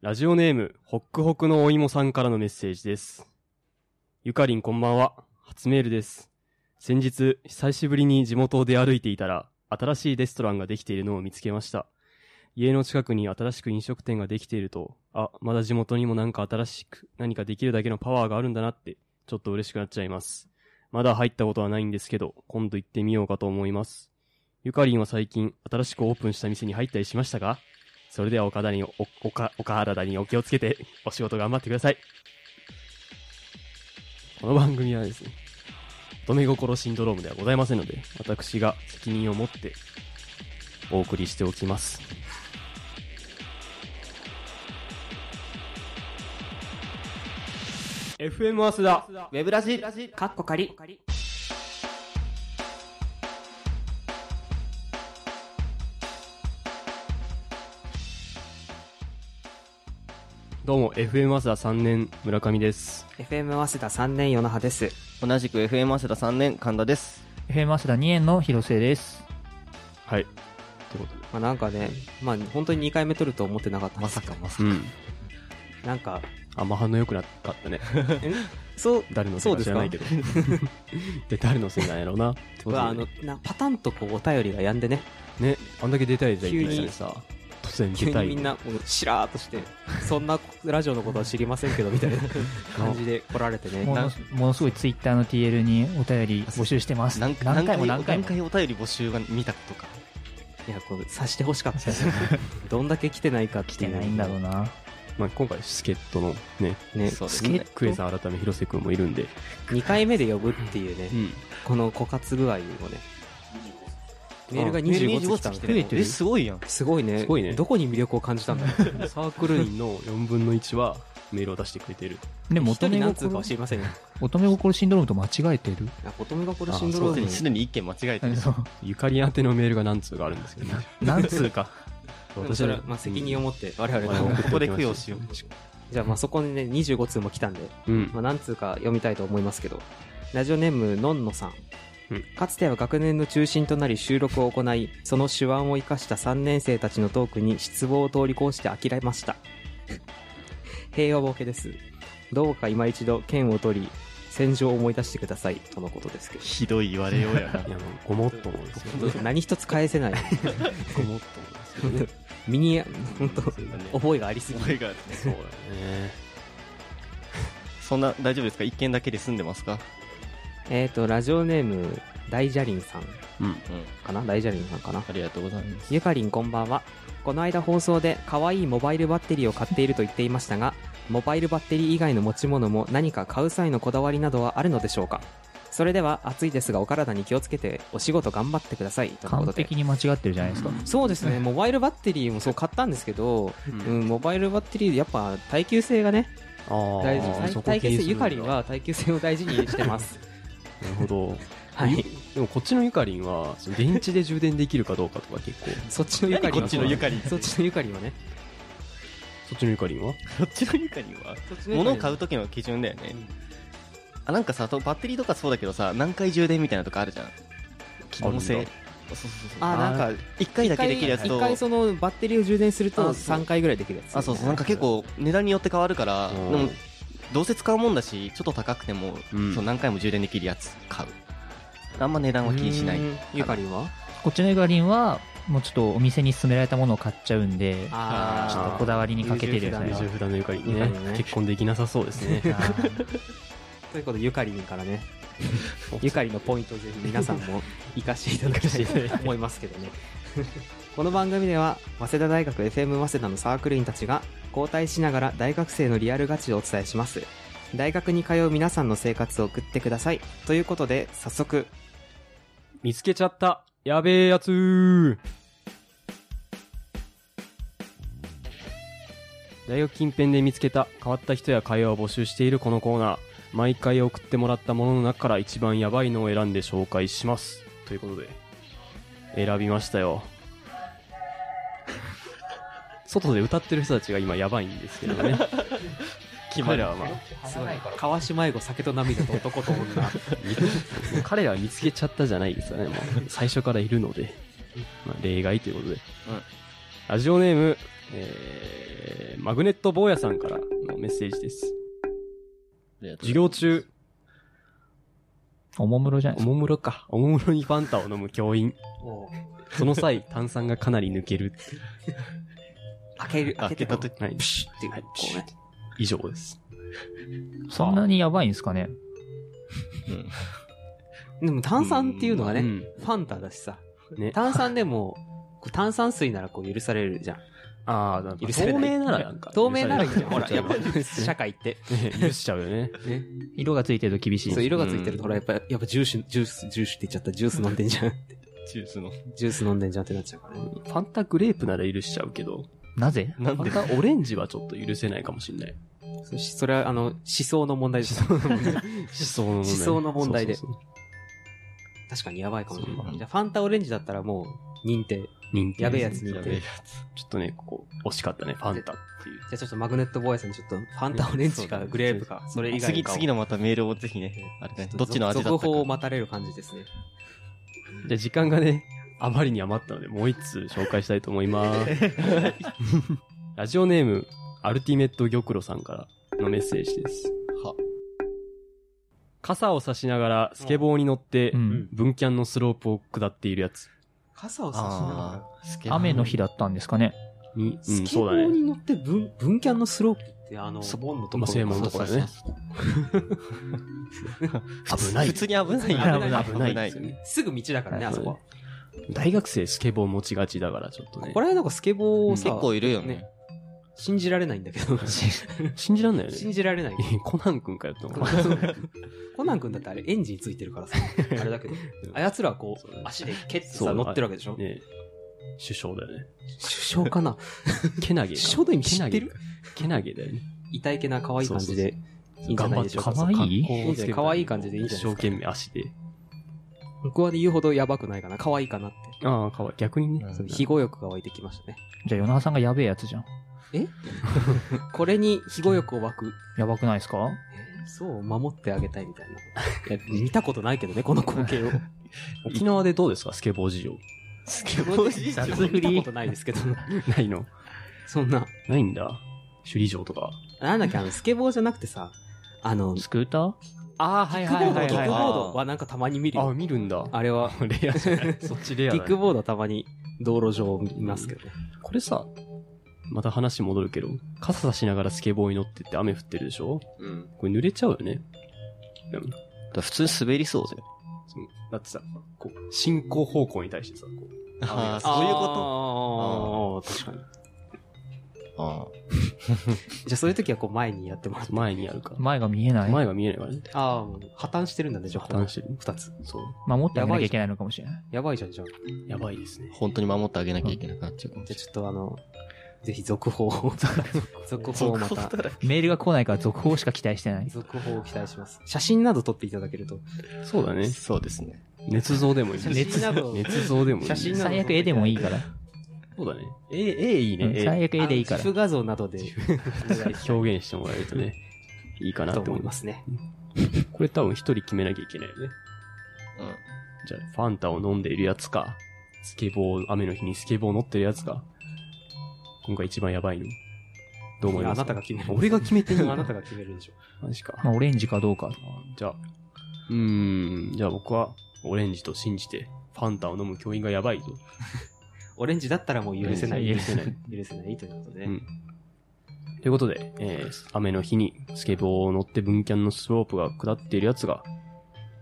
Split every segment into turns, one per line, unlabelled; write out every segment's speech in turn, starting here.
ラジオネーム、ホックホクのお芋さんからのメッセージです。ゆかりんこんばんは。初メールです。先日、久しぶりに地元を出歩いていたら、新しいレストランができているのを見つけました。家の近くに新しく飲食店ができていると、あ、まだ地元にもなんか新しく何かできるだけのパワーがあるんだなって、ちょっと嬉しくなっちゃいます。まだ入ったことはないんですけど、今度行ってみようかと思います。ゆかりんは最近、新しくオープンした店に入ったりしましたかそれでは岡田にお、おか、お体にお気をつけて、 お仕事頑張ってください。この番組はですね、乙女心シンドロームではございませんので、私が責任を持って、お送りしておきます。FM アスダ
ウェブラジ、カッコ仮。
どうも、FM アスダ3年、村上です。
FM 早稲田3年与那覇です。
同じく FM 早稲田3年神田です。
FM 早稲田2円の広瀬です。
はい。ってことで。
まあなんかね、まあ本当に2回目撮ると思ってなかったんですけど。
まさ
うん。
なんか、
あんま反応良くなかったね。
そう、
誰のせいか知らないけど。で、誰のせいなんやろうな。ってことで
あの、なパタンとこうお便りが止んでね、
ね、あんだけ出たい出たいって言ってたのにさ、
急
突然
急
出たい
にみんなこうしらーっとして、そんなラジオのことは知りませんけどみたいな感じで来られてね。
ものものすごいツイッターの TL にお便り募集してます。
何
何
何
回
回
も
も
何
何
回
回
も。
お便り募集が見たことか。
いや、こう、察してほしかったですよどんだけ来てないか来
来てないんだろうな。
まあ、今回助っ人のね、
ね、
そうです
助
ね
っ人
クエさん改め広瀬くんもいるんで、
2回目で呼ぶっていうね、
ん、
この枯渇具合をね、メールが
あ
25つ来たの
25るえ、すごいやん。
すごいね。
すごいね
どこに魅力を感じたんだろう。
サークル員の4分の1はメールを出してくれてる。
でも
一
乙
人
女
何通か
心
は知りませんよ。
乙女心シンドロームと間違えてる
あ乙女心
あ
シンドロ
そうですねすで
ーム。
に一件間違えてる。
そう
ゆかり宛てのメールが何通かあるんですけどね。
何通か。
でもそれはまあ責任を
を。
持って我々
我々
も
も。
ここで供養 しよう。
じゃあまあそこにね、25通も来たんで、
うん
まあ、。何通か読みたいと思いますけど。ラジオネーム、のんのさん
うん。
かつては学年の中心となり収録を行い、その手腕を生かした3年生たちのトークに失望を通り越して呆れました。平和ボケです。どうか今一度剣を取り、戦場を思い出してください。とのこ とですけど。
ひどい言われようやな。
いや、もう、ごもっともですよ。
何一つ返せない。
ごもっともですよね。
ミニ、本当
そうだね
覚えがありすぎ
お
る。
前が
そうだね。
そんな、大丈夫ですか一件だけで済んでますか
えっと、ラジオネーム、大ジャリンさん
うん。
うん。
かな大ジャリンさんかな
ありがとうございます。
ゆかりんこんばんは。この間放送で可愛いモバイルバッテリーを買っていると言っていましたが、モバイルバッテリー以外の持ち物も何か買う際のこだわりなどはあるのでしょうかそれでは暑いですがお体に気をつけてお仕事頑張ってください。とのこ
完
とで
璧に間違ってるじゃないですか。
そうです ね、モバイルバッテリーもそう買ったんですけど、うん、モバイルバッテリーやっぱ耐久性がね、
あー
大事
そこ
耐
気に
久
す
性
るんだ
ゆかりんは耐久性を大事にしてます。
なるほど。
はい。
でも、こっちのゆかりんは、その電池で充電できるかどうかとか結構、
そっちのゆかりんは
こっちのゆかりん
そっちのゆかりんはね。
そっちのゆかりんは
そっちのゆかりは 物を買う時の基準だよね。あ、なんかさ、とバッテリーとかそうだけどさ、何回充電みたいなとかあるじゃん。機能
ある
性
んだ。
そうそうそうそう。
あ
な
な
んか、一回だけできるやつと。
一回そのバッテリーを充電すると
あそう
3回ぐらいできるやつ。
あそうそうなんか結構値段によって変わるから
う
で
ん
もどうせ使うもんだしちょっと高くても、
うん
そう何回も充電できるやつ買うあんま値段は気にしないう
ーんゆかりんは
こっちのゆかりんは、もうちょっとお店に勧められたものを買っちゃうんで、ちょ
あ
ー
っとこだわりに欠けてるよ
優
ね
優。柔不断のゆかりん
ゆか
ね
りんね。
結婚できなさそうですね。
あー
ということでゆかりんから ねゆかりのポイントをぜひ皆さんも生かしていただきたいと思いますけど ね この番組では早稲田大学 FM 早稲田のサークル員たちが交代しながら大学生のリアルガチをお伝えします大学に通う皆さんの生活を送ってくださいということで早速
見つけちゃったやべえやつー大学近辺で見つけた変わった人や会話を募集しているこのコーナー毎回送ってもらったものの中から一番やばいのを選んで紹介しますということで選びましたよ外で歌ってる人たちが今やばいんですけどね彼らはまあ
すごい川島英語酒と涙と男と女
彼らは見つけちゃったじゃないですかね、もう最初からいるので、まあ、例外ということで、ラジオネーム、えーマグネット坊やさんからのメッセージです。授業中、
おもむろじゃな
お
いですか。
もむろか。おもむろにファンタを飲む教員。
もう、
その際、炭酸がかなり抜ける。
開ける、
開け
てこ
た
う
時
はい
プ。シュっていう、こうね。
以上です。
そんなにやばいんですかね。
でも炭酸っていうのが
う
ね、
ん。
ファンタだしさ。
ね。
炭酸でも、こう炭酸水ならこう許されるじゃん。
ああ、なんか
許され
透
ない
明ならなんか。
透明ならいい
許
じ
され
ゃん。ほら、やっぱ
ね
り 社会って。
許しちゃうよね。
ね。
色がついてると厳しい。
そう、色がついてると、ほら、やっぱ、やっぱジュース、ジュース、ジュースって言っちゃった。ジュース飲んでんじゃん。
ジュースの。
ジュース飲んでんじゃんってなっちゃうからね。
ファンタグレープなら許しちゃうけど、
なぜ
ファンタオレンジはちょっと許せないかもしれない。
そしそれは、あの、思想の問題です。
思想の問題。
思想の問題で
そうそう
確かにやばいかもしれ
そ
な
う
い。じゃあファンタオレンジだったらもう、認定。じ
そう認定
やべえやつ認定
やべえやつ。ちょっとね、ここ、惜しか ったね、ファンタっていう。
ゃあちょっとマグネットボーイさん、ちょっと、ファンタオレンジか、グレープか、それ以外
次、
かを
次のまたメールをぜひね、あれね、どっちの味だった
続
か。
報を待たれる感じですね。
じゃあ時間がね、あまりに余ったので、もう一通紹介したいと思い ます。ラジオネーム、アルティメット玉露さんからのメッセージです。
は
傘を差しながらスケボーに乗って
う、
うん
ん。
文キャンのスロープを下っているやつ
傘を差しな
あ
が
あ、スケボー
雨の日だったんですかね。
に、
ら、スケ
そう
ボ
だ
ー
ね。
に乗って、文、文キャンのスロープって、あの、
そ
ボンの
まあ、正門のとこだね。危ない
普通に危ない。
危ない
危ないですよね。
すぐ道だからね、あそこは。
大学生スケボー持ちがちだから、ちょっと
こ
ね
こ。ら辺なんかスケボーを
結
さ、
構いるよね。
信じられないんだけど、
信じらんないよ
信
ね。
じられない。
コナン君かよって思う。
コナン君だってあれエンジンついてるからさ、あれだけど、あやつらはこう、足で蹴って
そ
さ、
う
乗ってるわけでしょ
ね首相だよね。
首相かな
けなげ。
首相の意味知ってる
けなげだよね。
痛いけな可愛い感じで、いいんじゃ
頑
な
張っ
い
て
でしょうか。
可愛い
いいんじゃない可愛い感じでいいんじゃ
一
ない
生
ですか
懸命足で。
僕は言うほどやばくないかな。可愛いかなって。
ああ、かわいい。逆にね。
うん
そう非語欲が湧いてきましたね。
じゃあ、与那さんがやべえやつじゃん。
これに非語欲を湧く。
やばくないですか
えそう、守ってあげたいみたい な。いや見たことないけどね、この光 景を。
沖縄でどうですかスケボー事情。
スケ
ボー事情
見たことないですけど、
ないの
そんな。
ないんだ。首里城とか。
なんだっけ、あの、スケボーじゃなくてさ、あの、
スクーター
ああ、はい
はいはいはい
キックボード、キックボードはなんかたまに見る
ああ、
よ。
見るんだ。
あれは、
レアじゃ ない。そっちレ
キ
アだ、
ッ
ね。
クボードはたまに道路上を見ますけどね。
これさ、また話戻るけど、傘差しながらスケボーに乗ってって雨降ってるでしょ
うん。
これ濡れちゃうよね。でも
普通に滑りそうだよ。
そのだってさ、こう、進行方向に対してさ、こう
ああ、
あー
そういうこ
こああ、確かに。
とああ。
じゃあそういう時はこう前にやってもらって。
前にやるか。
前が見えない。
前が見えないからね。
ああ、もう破綻してるんだね、じゃあ。
破綻してる。
二つ。
そう。
守ってあげなきゃいけないのかもしれない。
やばいじゃん、じゃあ。じ
やばいですね。
本当に守ってあげなきゃいけなくなっちゃうかも
ゃあ
し
ちょっとあの、ぜひ 続報を。続報をまた。
メールが来ないから続報しか期待してない。
続報を期待します。写真など撮っていただけると。
そうだ
れない。
ね。
そうですね。
捏造でもいい。
写真など
捏造でもいい。
写真など
最悪絵でもいいから。
そうだね。え、え、いいね。
うん
え
最悪絵でいい
あの
から
自。負画像などで、
表現してもらえるとね、いいかな
と
と思
思
い
い
ま。
ますすね。
これ多分一人決めなきゃいけないよね。
うん。
じゃあ、ファンタを飲んでいるやつか、スケボー、雨の日にスケボー乗ってるやつか、今回一番やばいの。どう思い
あ
ます
な
か
たが決める。
俺が決めていい
あ
の
なたが決めるでしょ。
マジか。
まあ、オレンジかどうか。
じゃあ、うーん、じゃあ僕は、オレンジと信じて、ファンタを飲む教員がやばいと。
オレンジだったらもう許せない。。
許せない
許せないということで
う
ね。
んということで、えー雨の日にスケボーを乗って文キャンのスロープが下っているやつが、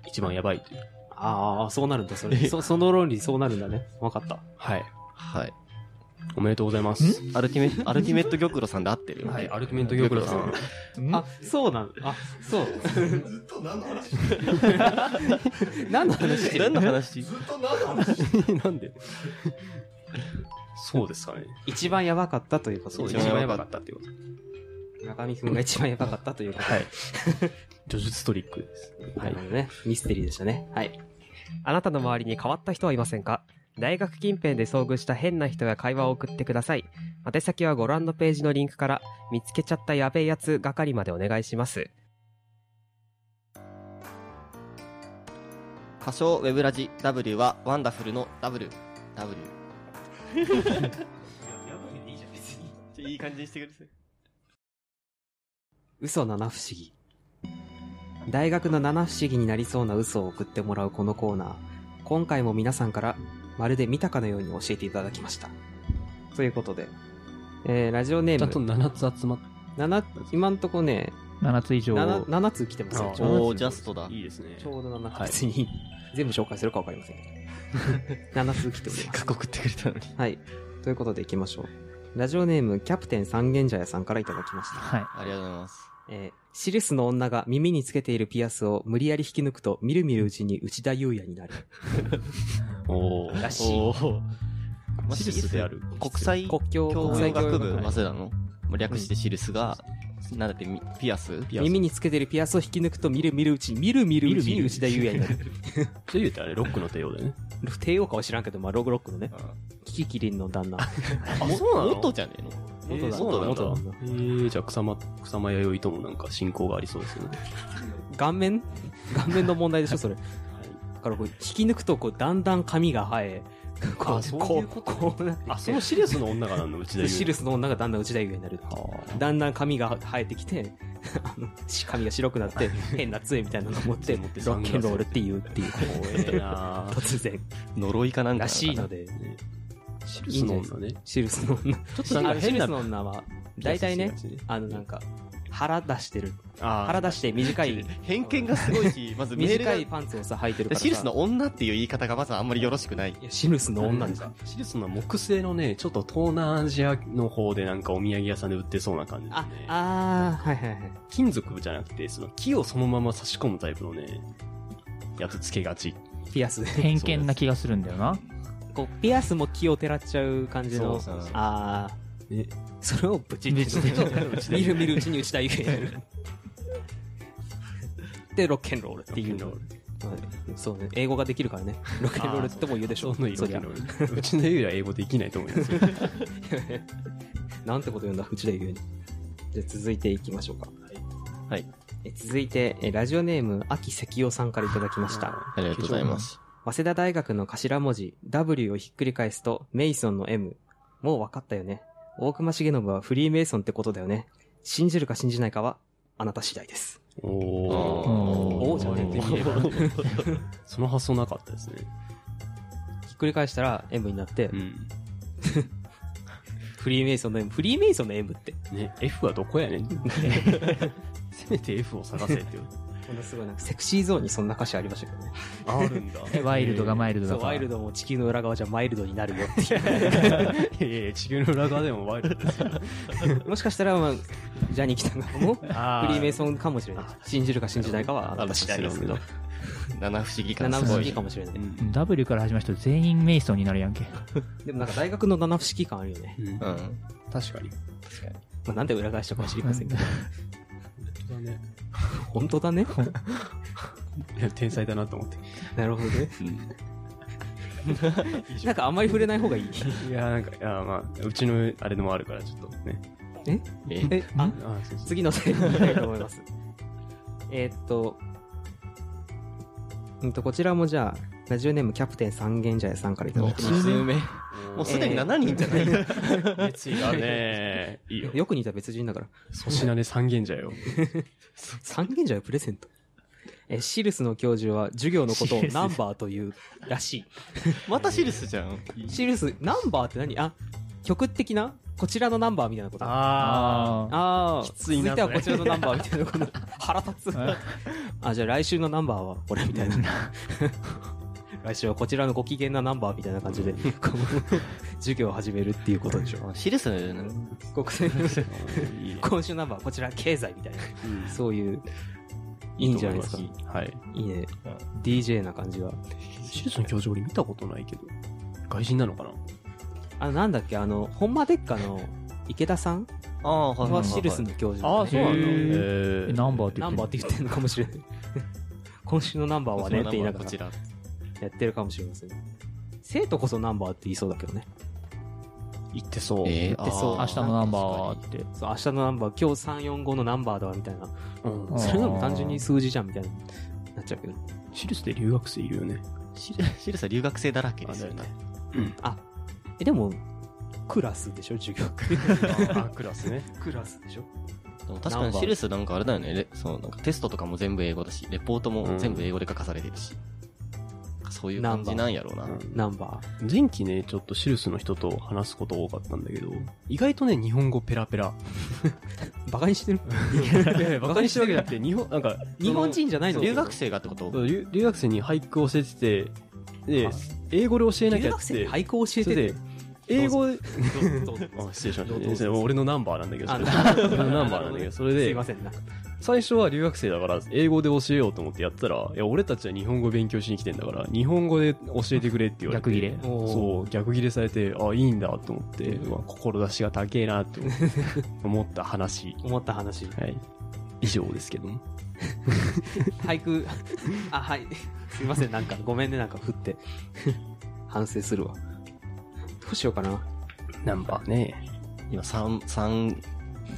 一番やばいという。
ああ、そうなるんだ、それ。そその論理そうなるんだね。わかった。
はい。
はい。
おめでとうございます。
アルティメット、アルティメット玉露さんで合ってるよ。
はい、アルティメット玉露さん。
あ、そうなの。あ、そう。
ずっと何の話
何の話してる
何の話
ずっと何の話
なんでそうですかね。
一番やばかったということ
そう、
で
一
すね。
番やばかったっていうこと。
中見くんが一番やばかったということ
はい。叙述トリックです。は
ないの。でね、ミステリーでしたね。はい。
あなたの周りに変わった人はいませんか大学近辺で遭遇した変な人や会話を送ってください。宛先はご覧のページのリンクから、見つけちゃったやべえやつ係までお願いします。
歌唱ウェブラジ W はワンダフルの W。W。いい感じにしてください。
嘘七不思議大学の七不思議になりそうな嘘を送ってもらうこのコーナー今回も皆さんからまるで見たかのように教えていただきましたということで、えーラジオネ
ちゃん
ー
と
ム
7つ集まっ
7今んとこね
7つ以上。
7, 7つ来てますよ
あ
ちょうど
おー、ジャストだ
た。。いいですね
ち。ょうど7つ、
はい
別に全部紹介するか分かりませ んけど7つ来てお
せ
り
っ
ま
か
す
く送ってくれたのに。
はいということでいきましょうラジオネームキャプテン三軒茶屋さんからいただきました
はい。
ありがとうございます。
えーシリスの女が耳につけているピアスを無理やり引き抜くと、みるみるうちに内田優也になる。
おー。
らしい
おー
まあ
シリスである。
国際
国境
教
国際
育
教
学
育
部、
学
早稲田の、略してシルスが、なんだってみ、ピアス
ピアス
耳につけているピアスを引き抜くと、みるみるうちに、みるみるうちに
みるみる
内田優也にな る。
というてあれ、ロックの帝王だよね。
帝王かは知らんけど、まあ、ログロックの ね、
あ、
キキキリンの旦那。
そうなの
元じゃねえの
えー
元だ
元だ
元だ
えー、じゃあ草間、草間弥生ともなんか親交がありそうですよね。
顔面顔面の問題でしょ、それ。だからこう、引き抜くと、こう、だんだん髪が生え、こ
あ
う、
そういう
こ
こ
う、
と
こうなってきて
あ、そのシリウスの女がなんのうちだよ。
シリスの女がだんだん内田優也になるっていう。だんだん髪が生えてきて、 あの髪が白く なって、変な杖みたいなの持って、ロ
持って
ッケンロールって言う っていう、
怖えな
突然、
呪いかなんからな
しい ので、
シリウスの女ね。
シルスの女。
ちょっ
あのシ
変
ル
な
スの女は、大体ね、あの、なんか、腹出してる。
あ
腹出して短い、
偏見がすごいし、まずメール
短い
が、
パンツをさ、履いてるからさ。
シルスの女っていう言い方がまずあんまりよろしくない。
いやシルスの
女
女で
です
す
か。シリウスの木製のね、ちょっと東南アジアの方でなんかお土産屋さんで売ってそうな感じ
あ
で、ね。
あー、はいはいはい。
金属じゃなくて、その木をそのまま差し込むタイプのね、やつつけがち。
ピアスね。
偏見な気がするんだよな。
こう、ピアスも木を照らっちゃう感じの
そうそうそう、
あ
ね
ー。それをブチッ
ブチッ
て、 見る見るうちに打ちたいや る。で、ロッケンロールっていうの。そうね、英語ができるからね。ロケンロールっても言うでしょ。
その色
りゃ
のうちの家は英語できないと思い ますよ。
なんてこと言うんだ、うちで言うに。じゃあ続いていきましょうか。
はい。
え続いて、えラジオネーム、秋関夫さんからいただきました。
ありがとうございます。
早稲田大学の頭文字 W をひっくり返すとメイソンの M。もう分かったよね。大隈重信はフリーメイソンってことだよね。信じるか信じないかはあなた次第です。
おー。
ー
お
じゃねえ
言われてみれば その発想なかったですね。
ひっくり返したら M になって、
うん。
フリーメイソンの M。フリーメイソンの M って。
ね、F はどこやねん。せめて F を探せっていう。
ものすごいなんかセクシーゾーンにそんな歌詞ありましたけどね。
あるんだ。
ワイルドがマイルド
そ
だ
う、
から。
ワイルドも地球の裏側じゃマイルドになるよって
いやいや、地球の裏側でもワイルドですよ。
いう。もしかしたら、まあ、ジャニー北川もフリ
あ
ーメイ
ス。
ソンかもしれない。信じるか信じないかはあなた次第ですけど。
七不思議感
七
す
不
ご
思
い
議。かもしれない。
W から始まる人全員メイソンになるやんけ。
でもなんか大学の七不思議感あるよね。
うん
う。ん。
確かに。
まあ、なんで裏返したかは知りませんけど。 本当だね。本当だね。
いや、天才だなと思って。
なるほどね。 なんかあんまり触れない方がいい。
いや、なんか、いや、まあ、うちのあれでもあるから、ちょっとね。
え
え
え、あ、
あそうそう
次のテーマに行きたいと思い ます。えーっと、うんと、こちらもじゃあ、ラジオネームキャプテン三軒茶屋さんからいただきまし
二通目。もうすでに7人じゃない
熱意が ね、いいよ
た。。よく似た別人だから。
粗品で三軒茶よ。
三軒茶屋プレゼント。え、シルスの教授は授業のことをナンバーというらしい。
またシルスじゃん。
シルス、ナンバーって何あ、曲的なこちらのナンバーみたいなこと。
あ
ああ、
きついな
続いてはこちらのナンバーみたいな、この腹立つ。あ、じゃあ来週のナンバーはこれみたいな。 来週はこちらのご機嫌なナンバーみたいな感 じで、こう授業を始めるっていうことでしょ。
シルス、
国際
ー。いいね。
今週ナンバーはこちら経済みたいな、そういう、いいんじゃないですか。い
はい。
いね。DJ な感じが。
シルスの教授俺見たことないけど。外人なのかな
あの、なんだっけ、あの、本間デッカの池田さん
ああ、はいはいは。
はいシルスの教授、
あーそうなんだ
へ
えナンバーって言
ナ
っ
ン
て
バーって言ってるのかもしれない。 今週のナンバーはねって言いなが
こ
ら
ち。ら。
やってるかもしれません。生徒こそナンバーって言いそうだけどね。
行ってそう。
えー
言ってそう
明日のナンバー
確か
って。
そう、明日のナンバー、今日345のナンバーだわ、みたいな。
うん
あー
それなの単純に数字じゃん、みたいな。なっちゃうけど。
シルスで留学生いるよね。
にシルシルスは留学生だらけですよね。
あ、え、でも、クラスでしょ、授業。
あー、クラスね。
クラスでしょ
でも確かにシルスなんかあれだよね。レそう、なんかテストとかも全部英語だし、レポートも全部英語で書かされてるし。そういう感じなんやろうな。
ナンバ
前期ね、ちょっとシルスの人と話すこと多かったんだけど、意外とね、日本語ペラペラ。
ー。バカにしてる
いやいや、バカにしてるわけじゃなくて、日本、なんか、
日本人じゃないの
留学生がってこと
そう留留学生に俳句を教えてて、で
はい、
英語で教えなき
留
ゃ
学
っ
生に
て、
俳句を教え
そ
て
れ
る
で、英語で、
どうぞどうぞ
あ失礼しま
どうぞ
した。俺のナンバーなんだけど、それ
あ
俺のナンバーなんだけど、それ
すい
で
ま、せんな。
最初は留学生だから、英語で教えようと思ってやったら、いや、俺たちは日本語勉強しに来てんだから、日本語で教えてくれって言われて。
逆切れ
そう、逆切れされて、あ、いいんだと思って、うわ志が高えなと 思った話。
思った話。
はい。以上ですけども。
俳句、 あ、はい。 すいません、なんか、ごめんね、なんか振って。 反省するわ。どうしようかな。
ナンバーね。
今3、3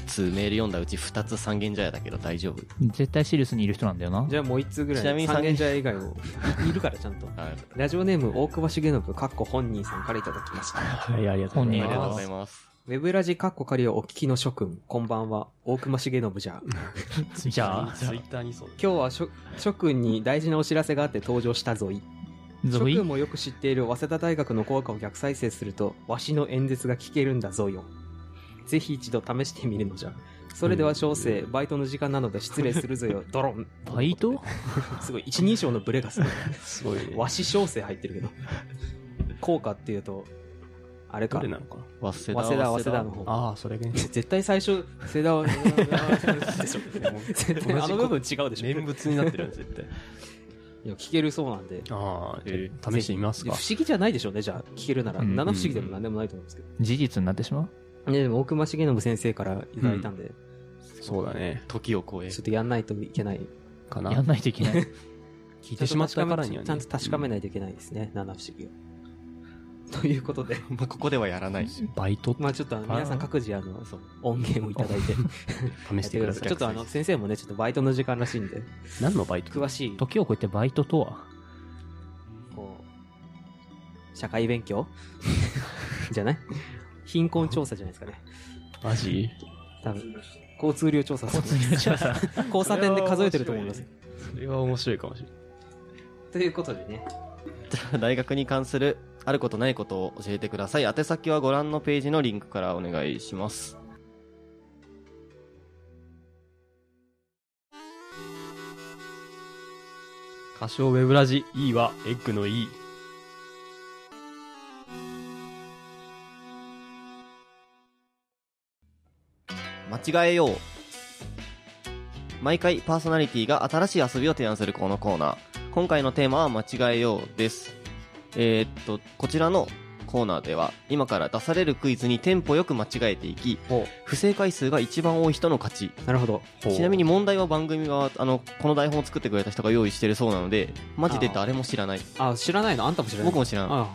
通メール読んだうち2つ三軒茶屋だけど大丈夫。
絶対シリウスにいる人なんだよな
じ。ゃあもう一通ぐらい。
ちなみに
三軒茶屋以外を、 いるからちゃんと。
はい
ラジオネーム、大久保重信、かっこ本人さんからいただきました。
はい、ありがとうござい
あ
ま
りが
す。
とうございます。
ウェブラジカッコ仮をお聞きの諸君、こんばんは、大熊重信じゃ。
じゃあ、
ツイッターにそう。
今日は諸諸君に大事なお知らせがあって登場したぞい。諸
ゾイ
君もよく知っている早稲田大学の効果を逆再生すると、わしの演説が聞けるんだぞよ。ぜひ一度試してみるのじゃ。それでは小生、バイトの時間なので失礼するぞよ、ドロン。
バイト
すごい、一人称のブレがすごい。
すごいね。
わし小生入ってるけど。効果っていうと、あれ
ど
か
れ。なのかな
早稲
早
田、
稲田、早稲田の方。
ああ、それね。
絶対最初、世代は、でしょ絶対あの部分違うでしょ。
念仏になってるよ、絶対。
いや、聞けるそうなんで。
ああ、じゃあ試してみます
不
か。
思議じゃないでしょうね、じゃあ、聞けるなら。
うん
七不思議でも何でもないと思うんですけど。
事実になってしまう
ね、でも、大熊重信先生からいただいたんで、
そうだね。
時を超え
ちょ。っとやんないといけない。
か
や。
なん
ないといけない。
聞いてしまったからにはね。
ちゃんと確かめないといけないですね、七不思議を。ということで、
まあ、ここではやらない。
バイト
まあちょっとあの、
あー
皆さん各自、あの、
そう。
音源をいただいて、
試してくだ
や
さ
って
い。
ちょっとあの、先生もね、ちょっとバイトの時間らしいんで、
何のバイト
詳しい、
時を超えてバイトとは
こう、社会勉強 じゃない貧困調査じゃないですかね。
マジ
多分。交通量調査。交通量調査。 交差点で数えてると思います。
それは面白いかもしれない。
ということでね。
大学に関するあることないことを教えてください。宛先はご覧のページのリンクからお願いします。
歌唱ウェブラジ E はエッグの E。
間違えよう毎回パーソナリティが新しい遊びを提案するこのコーナー今回のテーマは間違えようですえーっとこちらのコーナーでは今から出されるクイズにテンポよく間違えていき不正回数が一番多い人の勝ち
なるほど。
ちなみに問題は番組側あのこの台本を作ってくれた人が用意してるそうなのでマジで誰も知らない
あ、知らないのあんたも知らない
僕も知らない
ああ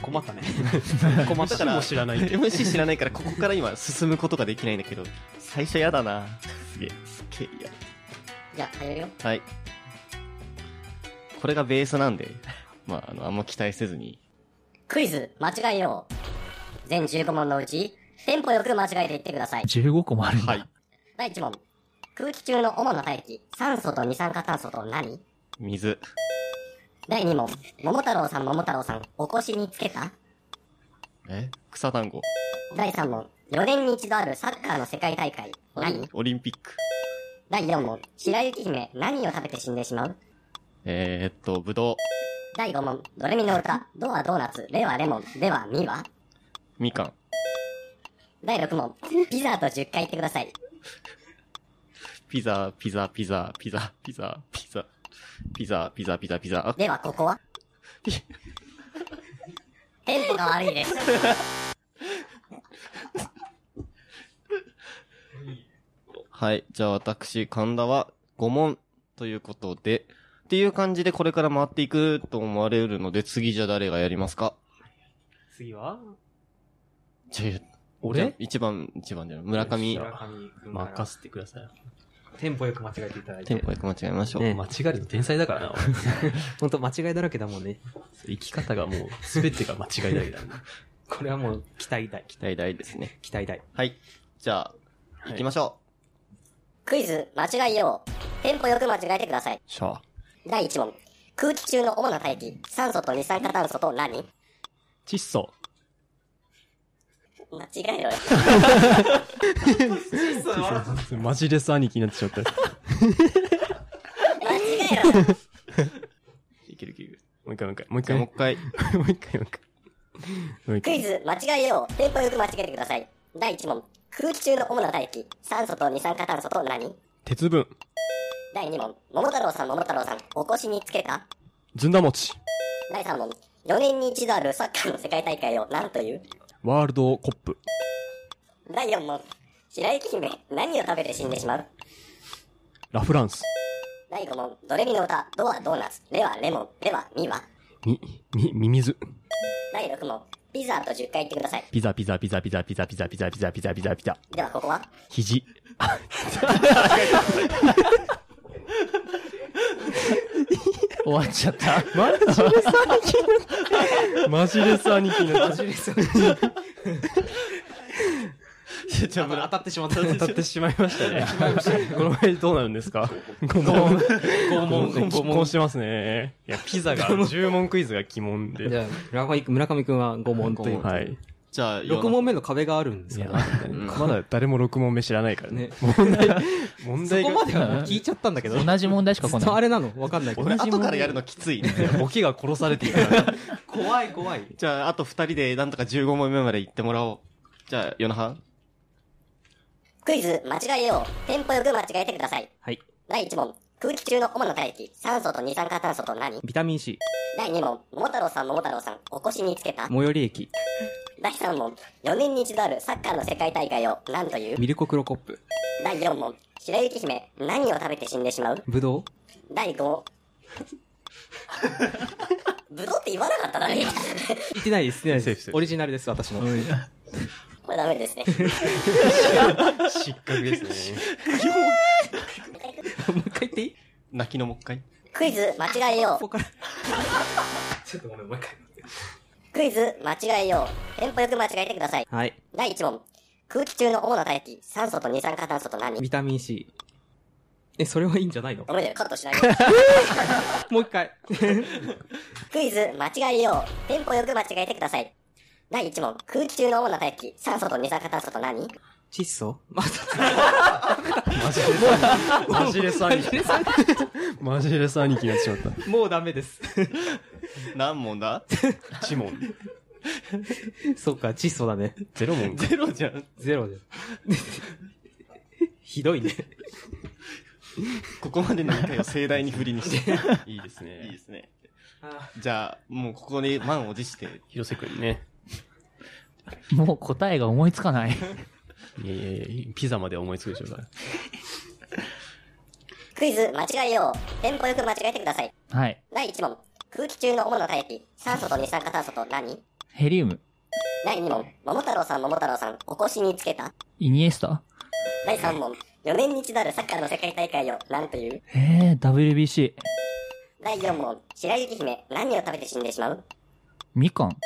困ったね。
困ったから
も知らないって。
MC 知らないからここから今進むことができないんだけど最初やだなすげえすげえ嫌
じゃあ、やるよ。
はい。これがベースなんで、 まあ、あの、あんま期待せずに。
クイズ、間違えよう。全15問のうち、テンポよく間違えていってください。
15個もあるんだ。
はい。
第1問。空気中の主な大気、酸素と二酸化炭素と何
水。
第2問。桃太郎さん、桃太郎さん、お腰につけた
え草団子。
第3問。4年に一度あるサッカーの世界大会、何
オリンピック。
第4問。白雪姫、何を食べて死んでしまう
えー、っと、ぶど
第5問。ドレミの歌、ドはドーナツ、レはレモン、ではミは
う、みかん。
第6問。ピザと10回言ってください。
ピザ、ピザ、ピザ、ピザ、ピザ、ピザ、ピザ、ピザ、ピザ、ピザ。あ
では、ここ はテンポが悪いです。
はい。じゃあ私、神田は5問ということで、っていう感じでこれから回っていくと思われるので、次じゃあ誰がやりますか
次は
じゃあ、じゃあ
俺
一番、一番じゃない。村上、
上君から
任せてください。
テンポよく間違えていただい
テン
て
ポ。よく間違えましょう。
ね
間違えるの天才だからな、俺
ほんと間違いだらけだもんね。
生き方がもう、すべてが間違いだけだね。
これはもう期待大。
大々ですね。
期待大。
はい。じゃあ、行きましょう。
クイズ、間違えよう。テンポよく間違えてください。
しゃあ。
第1問。空気中の主な大気、酸素と二酸化炭素と何
窒素。
間違えろよ。
それ マジレス兄貴になってしまった。
間違えろよ。
いけるいける。
もう一回もう一回。もう一
じゃ
回。
あ
も
もう一回。
う一回もう一回。もう一
ク
回。
イズ、間違えよう。テンポよく間違えてください。第1問。空気中の主な大気、酸素と二酸化炭素と何
鉄分。
第2問。桃太郎さん、桃太郎さん、お腰につけた
ずんだ餅。
第3問。4年に一度あるサッカーの世界大会を何という
ワールドコップ。
第4問。白雪姫、何を食べて死んでしまう
ラフランス。
第5問。ドレミの歌、ドはドーナツ、レはレモン、レはミは
み、み、ミミズ。
第6問。ピザーと10回言ってください。
ピザピザピザピザピザピザピザピザピザピザピザ。
ではここは
肘。
終わっちゃった。
マジレス兄貴になっちゃっ
じゃあ、
当たってしまった。
た。当たってしまいましたね。この前どうなるんですか拷問。拷問。拷問してますね。いや、ピザが、10問クイズが鬼門
じ
で。
ゃあ、村上くん村上くんは5問という。
はい。
じゃあ、
6問目の壁があるんです
い
か
や、
ね。
まだ誰も6問目知らないからね。
ね
問題、問
そ
題
こま
が、
ではもう聞いちゃったんだけど。
同じ問題しか来
ずっと
な
あ
い。
れなのわかんないけど。
俺後からやるのきついね。
ボケが殺されていくから。
怖い怖い。
じゃあ、あと二人でなんとか15問目まで行ってもらおう。じゃあ、ヨナハン
クイズ、間違えよう。テンポよく間違えてください。
はい。
第1問。空気中の主な大気、酸素と二酸化炭素と何
ビタミン C、
第2問。桃太郎さん、桃太郎さん、お腰につけた
最寄り駅、
第3問。4年に一度あるサッカーの世界大会を何という
ミルコクロコップ、
第4問。白雪姫、何を食べて死んでしまう
ブドウ、
第5問。ブドウって言わなかったな、今。
言ってないです、言ってな
セー
いで
フセー
す。
フ
オリジナルです、私の。
これダメですね。
失格 ですね。
もう一回言っていい
泣きのもっかい
クイズ、間違えよ
こ
う。
こから。ちょっとごめん、もう一回。
クイズ、間違えよう。テンポよく間違えてください。
はい。
第1問。空気中の主な大気、酸素と二酸化炭素と何
ビタミン C。え、それはいいんじゃないの
ごめんね、カットしないで。
もう一回。
クイズ、間違えよう。テンポよく間違えてください。第1問。空気中の主な大気、酸素と二酸化炭素と何
窒素ま
マジレス兄貴。マジレス兄貴になってしまった。
た、もうダメ です。
何問だ
1問。
そっか、窒素だね。
0問。
ゼロじゃん。
ゼロで。ひどいね。
ここまでの理解を盛大に振りにして。
いいですね。
いいですね。じゃあ、もうここで満を持して。
広瀬くんね。
もう答えが思いつかない。
いやいやいや、ピザまで思いつくでしょうから。
クイズ、間違えよう。テンポよく間違えてください。
はい。
第1問。空気中の主な大気、酸素と二酸化炭素と何
ヘリウム。
第2問。桃太郎さん、桃太郎さん、お腰につけた
イニエスタ
第3問。4年に一度あるサッカーの世界大会を何という
えー、WBC。
第4問。白雪姫、何を食べて死んでしまう
みかん。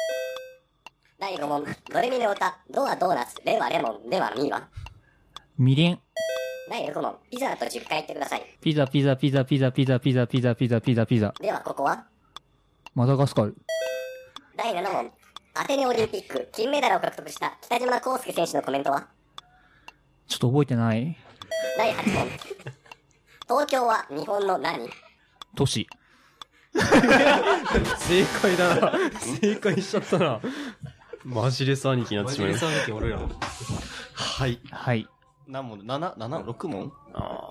第5問。ドレミの歌、ドはドーナツ、レはレモン、レはミは
みりん。
第6問。ピザーと10回言ってください。
ピザピザピザピザピザピザピザピザピザピザ。
では、ここは
マダガスカル。
第7問。アテネオリンピック、金メダルを獲得した北島康介選手のコメントは
ちょっと覚えてない。
第8問。東京は日本の何
都市。
正解だな。正解しちゃったな。マジレス兄貴になってしまいました。
俺ら。
はい。
はい。
何問だ ?7、7、6問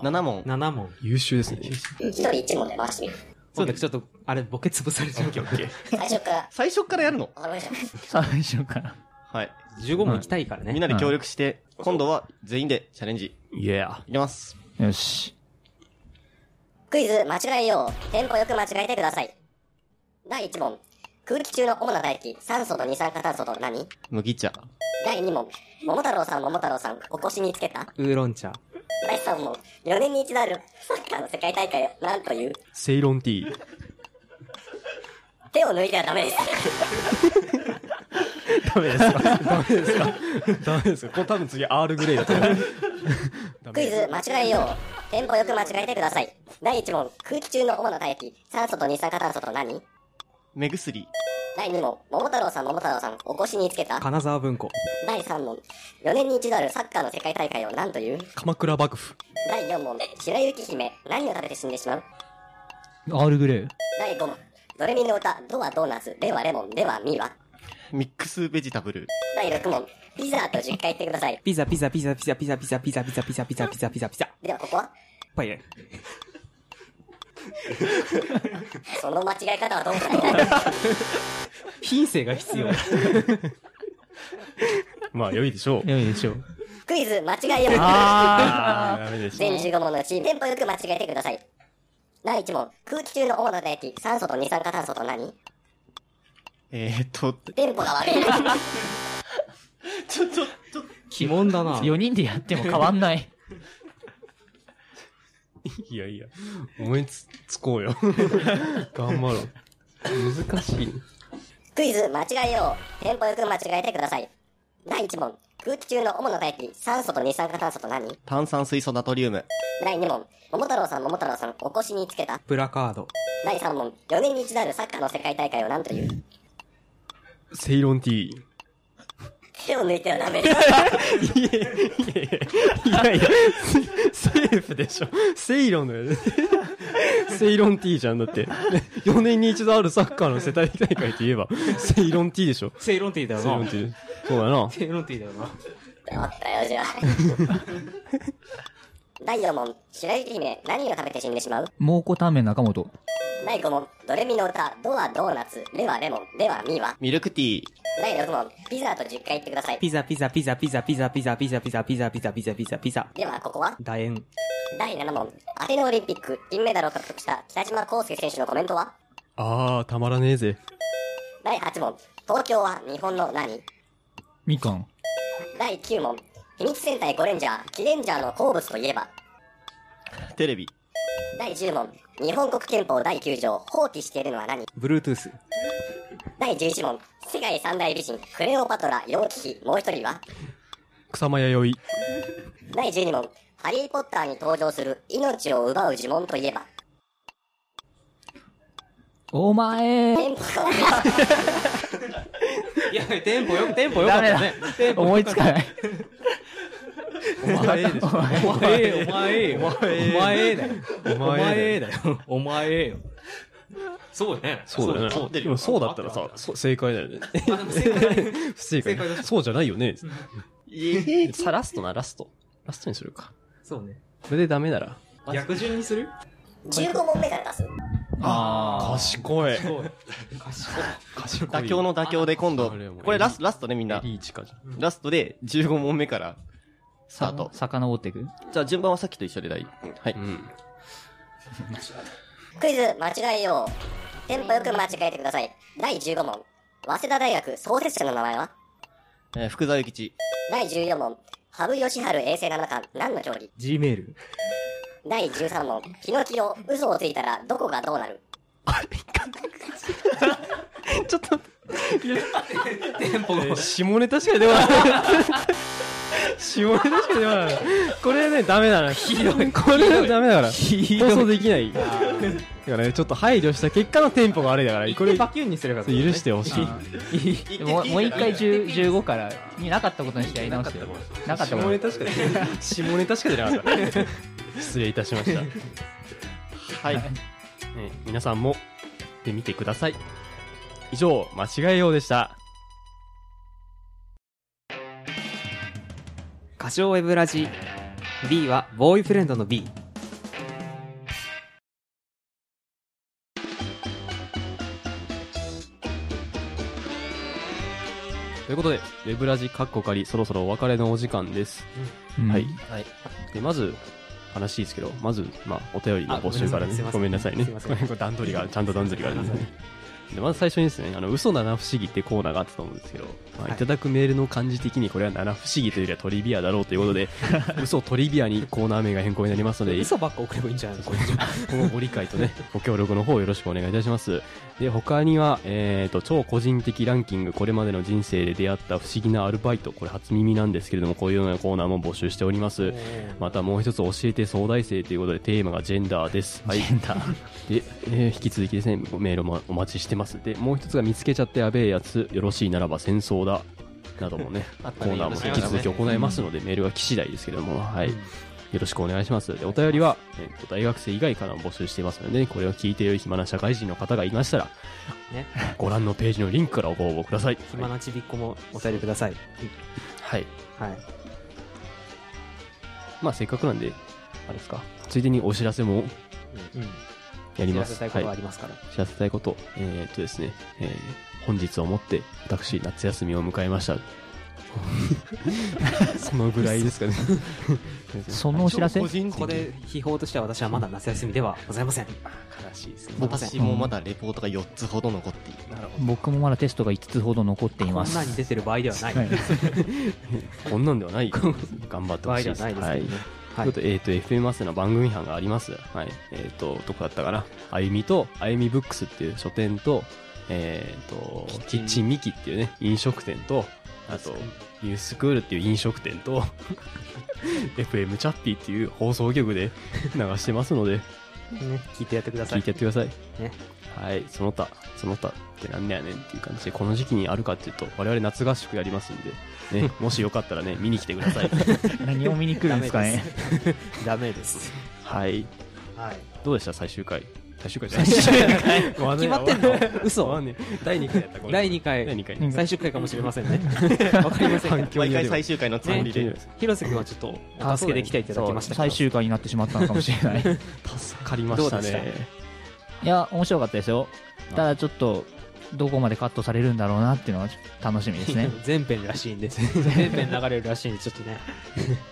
?7 問。
7問。
優秀ですね。
一人一問で回してみる。
そうだ、ちょっと、あれ、ボケ潰されちゃうけど。
最初から、
最初からやるの
わかりました。
最初から。
はい。
15問行きたいからね。
みんなで協力して、今度は全員でチャレンジ。
いや。
いきます。
よし。
クイズ、間違えよう。テンポよく間違えてください。第1問。空気中の主な大気、酸素と二酸化炭素と何
麦茶。
第2問。桃太郎さん、桃太郎さん、お腰につけた
ウーロン茶。
第3問。4年に一度あるサッカーの世界大会を何という
セイロンティー。
手を抜いてはダメです。
ダメですかダメですかダメですかこれ多分次 R グレイだと思う。
クイズ間違えよう。テンポよく間違えてください。第1問、空気中の主な大気、酸素と二酸化炭素と何
目薬。
第2問、桃太郎さん桃太郎さん、お越しにつけた
金沢文庫。
第3問、4年に一度あるサッカーの世界大会を何という
鎌倉幕府。
第4問、白雪姫、何を食べて死んでしまう
アールグレー。
第5問、ドレミの歌、ドはドーナツ、レはレモン、レはミは
ミックスベジタブル。
第6問、ピザと10回言ってください。
ピザピザピザピザピザピザピザピザピザピザピザピザ ピザ。
ではここは
パイレ。
その間違え方はどうか
品性が必要。
まあ、良いでしょう。
良いでしょう。
クイズ間違えよう。
ああ、ダメでした。
全15問のうち、テンポよく間違えてください。第1問、空気中の主な唾液、酸素と二酸化炭素と何
えー、っと、
テンポが悪い。
鬼門だな。
4人でやっても変わんない。
いやいや、思いつ、つこうよ。頑張ろう。難しい。
クイズ間違えよう。テンポよく間違えてください。第1問、空気中の主な唾液、酸素と二酸化炭素と何
炭酸水素ナトリウム。
第2問、桃太郎さん桃太郎さん、お越しにつけた
プラカード。
第3問、4年に一度あるサッカーの世界大会を何という
セイロンティー。
手を抜いてはダメです。
いやいや、セーフでしょ。 セイロンだよね。セイロンティーじゃん。だって、4年に一度あるサッカーの世界大会といえば、セイロンティーでしょ。
セイロンティーだ
セイロ
よ
ン
な
テ。ィー。そうだな。
セイロンティーだよな。
あったよ、じゃあ。第4問、白雪姫、何を食べて死んでしまう
蒙古タンメン中本。
第5問、ドレミの歌、ドはドーナツ、レはレモン、レはミは
ミルクティー。
第6問、ピザと10回言ってください。
ピザピザピザピザピザピザピザピザピザピザピザピザピザ。
では、ここは
楕円。
第7問、アテネオリンピック、銀メダルを獲得した北島康介選手のコメントは
ああ、たまらねえぜ。
第8問、東京は日本の何
みかん。
第9問、秘密戦隊ゴレンジャー、キレンジャーの好物といえば
テレビ。
第10問、日本国憲法第9条、放棄しているのは何
Bluetooth。
第11問、世界三大美人、クレオパトラ、楊貴妃、もう一人は
草間弥生。
第12問、ハリーポッターに登場する命を奪う呪文といえば
お前
テンポが悪い
いや、テンポよ、テンポよかったね。テンポ
思いつかない。
お前でしょ。
お前、お前、お前、お前だよ。
前
お前だよ。お前よ。そうね。
そうだよ
そう
ね。でもそうだったらさ、そう正解だ よね。不正
正解だ
解。そうじゃないよね。さ、ラストな、ラスト。ラストにするか。
そう ね。
これでダメなら。
逆順にする
15問目から出す
あ
賢い。
そう。
賢い。
妥協の妥協で今度、
あれも
これラスト、ラストねみん
エ
な。
リーチかじゃん。。
ラストで15問目からスタート。
魚ってく
じゃあ順番はさっきと一緒で大はいう
ん。
クイズ間違えようテンポよく間違えてください第15問早稲田大学創設者の名前は
えー福沢諭吉。
第14問羽生善治衛星七冠何の競技
G メール。
第13問ピノキオ嘘をついたらどこがどうなる
テ ンポ
えー下ネタしか出ない。下ネタしか出ない。これね、ダメだな。ひどい。これねダメだから。放送できない。だからね、ちょっと配慮した結果のテンポが悪いだから、これ、許
バキュンにすれば
してほしい。
でももう一回10 15から、になかったことにしてやり直してよ。なかったこと
下ネタしか出ない。下ネタしか出なかった。失礼いたしました。ね
はい。
皆さんも、やってみてください。以上、間違えようでした。
歌唱ウェブラジ B はボーイフレンドの B
ということで、ウェブラジカッコ仮、そろそろお別れのお時間です。
うん
はい。で、まず、悲しいですけど、まず、まあ、お便りの募集からね
あ、
ご
ご
め
め
んな
んな
さ
さ
い
い
ね。
すいません
これ段取りが、ちゃんと段取りがあるんですね。でまず最初にですね、あの、嘘七不思議ってコーナーがあったと思うんですけど、まあ
はい
いただくメールの感じ的にこれは七不思議というよりはトリビアだろうということ で、嘘トリビアにコーナー名が変更になりますので、
嘘ばっか送ればいいんじゃないのこれ
今後ご理解とね、ご協力の方よろしくお願いいたします。で、他には、えーと、超個人的ランキング、これまでの人生で出会った不思議なアルバイト、これ初耳なんですけれども、こういうようなコーナーも募集しております。またもう一つ教えて壮大生ということで、テーマがジェンダーです。はい。
ジェンダー。
で、えー引き続きですね、メールもお待ちしてます。で、もう一つが見つけちゃってやべえやつ、よろしいならば戦争だ。などもね、
あっ
コーナーも引き続き行いますので、メールが来次第ですけれども、はい。よろしくお願いします。でお便りは、えっと、大学生以外からも募集していますので、これを聞いている暇な社会人の方がいましたら、
ね
ご覧のページのリンクからご応募ください。
暇なちびっこもお便りください
はい。
はい
まあ、せっかくなんで、あれですか、ついでにお知らせも
うん
やり
知
ま
ら
す。
せたいこと
は
があ
い
りますから
知らせたいこと、えーっとですね、えー本日をもって、私、夏休みを迎えま した。そのぐらいです かね。
そのお知らせ
個人
ここ
的に
で秘宝としては私はまだ夏休みではございません
悲しいですね。
私もまだレポートが4つほど残っている。
僕もまだテストが5つほど残ってい
こ
ま
ん
す。
なに出てる場合ではない
はい
こんなんではない。頑張ってほ
場合
しいで
では
す。
ないですけどね
ということで、えっ、と、FM マスの番組班があります。はい。えっ、と、どこだったかな。あゆみと、あゆみブックスっていう書店と、えっ、と、キッチンミキっていうね、飲食店と、あと、ニュースクールっていう飲食店 と、FM チャッピーっていう放送局で流してますの で、
ね聞いてやってくだ
聞
さ
い
い
てやってください。
ね
はい、その他、その他ってなんだよねんっていう感じで、この時期にあるかっていうと、我々夏合宿やりますんで、 ね、もしよかったらね、見に来てくださ い。
何を見に来るんですかね。
ダメです
はい。
はい
どうでした最終回。最終回じゃない最終回
決まってんの嘘
第2回やったこれ
第2回
第2回
うん
最終回かもしれません ねわかりま
毎回
せんけど
毎回
最
最終回のつも
終
り
回
で。
で
広瀬君はちょっとお
あ
助けできていただきましたけど
最終回になってしまったのかもしれ ない。
助かりました
どうで
ね。
いや、面白かったですよ。ただちょっと、どこまでカットされるんだろうなっていうのはちょっと楽しみです ね。
全編らしいんで全編流れるらしいんでちょっとね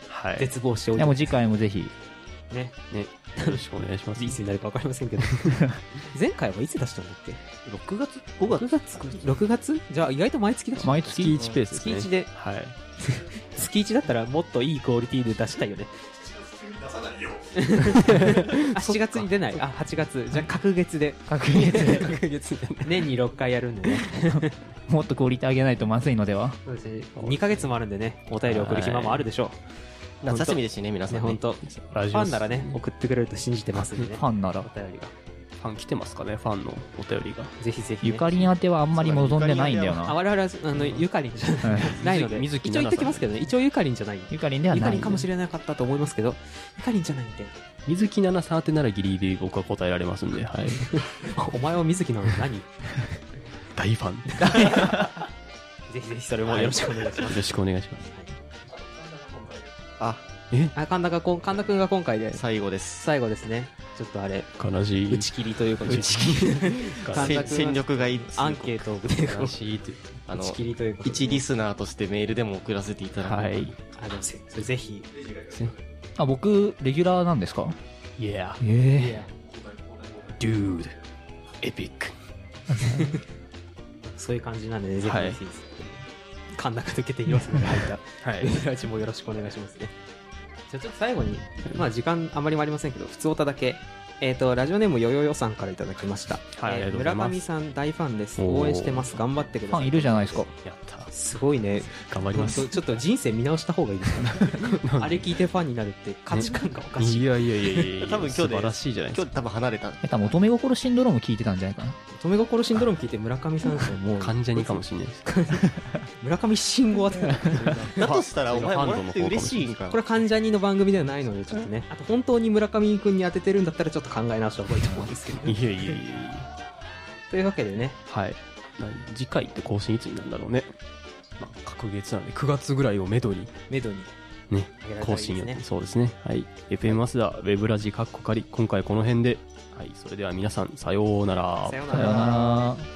はい。
絶望しておい
い
て
や、もう次回も ぜひ。
ね
ね、よろしくお願いします
い。つになるか分かりませんけど前回はいつ出したんだっけ
6月 ?5 月
6月6月じゃあ意外と毎月だし
毎
月
月、
1ペースです
月
ね。
1で
はい。
月1だったらもっといいクオリティで出したいよね
出さないよ。
あ7月に出ないあ8月じゃあ隔月で
確認で、
隔月で年に6回やるんでね
もっとクオリティ上げないとまずいのでは。
2ヶ月もあるんでねお便り送る暇もあるでしょう
夏休みですしね、皆
すね
さんね
本。当フ
ラジオ
ァンならね送ってくれると信じてますんでね
ファンなら。
お便りが
ファン来てますかねファンのお便りが。
ぜひぜひね
ゆかりん宛てはあんまり望んでないんだよ
あ
な。
我々はあのゆかりんじゃないないので
水木
一応言っときますけどね一応ゆかりんじゃない
ゆかりんでは
ゆか
な
りん
い。
かもしれなかったと思いますけどゆかりんじゃないんで
水木奈々さん宛てならギリギリ僕は答えられますんで、はい。
お前は水木なのに 何ぜ
大ファン。
ひぜひそれもよろしくお願いしま
よ
す、
ろしくお願いします。
あ、
あ神田がこん神田君が今回で
最後です。
最後ですねちょっとあれ
悲しい。
打ち切りということで
打ち切り。
神田君は
戦戦力外です
アンケートを受けて
悲しいって
あ
打
の
ち、切りということで
一リスナーとしてメールでも送らせていただく。
は。い。
あでもせぜひ
あ、僕、レギュラーなんですか
Yeah,
え
dude. Epic.
そういう感じなんでねぜひ
はい
ぜひ神田君と受けていますので入った
は
ウ。ェブラジもよろしくお願いしますね。じゃあちょっと最後に、まあ時間あまりもありませんけど、普通おただけ。えっ、と、ラジオネームよよよさんからいただきました。
はい
え
ありがと
ー
うござ
村
います
上さん大ファンです。
おー
応援してます。頑張ってく
ー
だ
ファ
さ
ン
い。
いるじゃないですか。
やった。
すごいね。
頑張り
本
ま
当
す。
ちょっと人生見直した方がいいです ねあれ聞いてファンになるって価値観がおかしい。
いやいやいやいや
多分今日で
素晴らしいじゃないで
今
す
日多分離れた。
え、多分乙女心シンドローム聞いてたんじゃないかな。
止め心シンドローム聞いて村上さんですよもう
か。患者にかもしれないです。
村上信号あ たりだったから
だとしたら、お前
ファ
も
ンド
ら
の
っ
方
て
かも
嬉しいんか。
これ患者にの番組ではないので、ちょっとね。あと本当に村上くんに当ててるんだったらちょっと考え直した方がいいと思うんですけど。
いやいやいやいや
というわけでね、
はい。何次回って更新いつになるんだろうね。まあ、隔月なんで、9月ぐらいをめどに、
めどに。
ね
上げら、れた
更
らいいです
新
ね
予定。そうですね。はい。FM マスダー、ウェブラジカッコカリ、今回この辺で。はい。それでは皆さん、さようなら。
さような
さよう
ら
な。ら。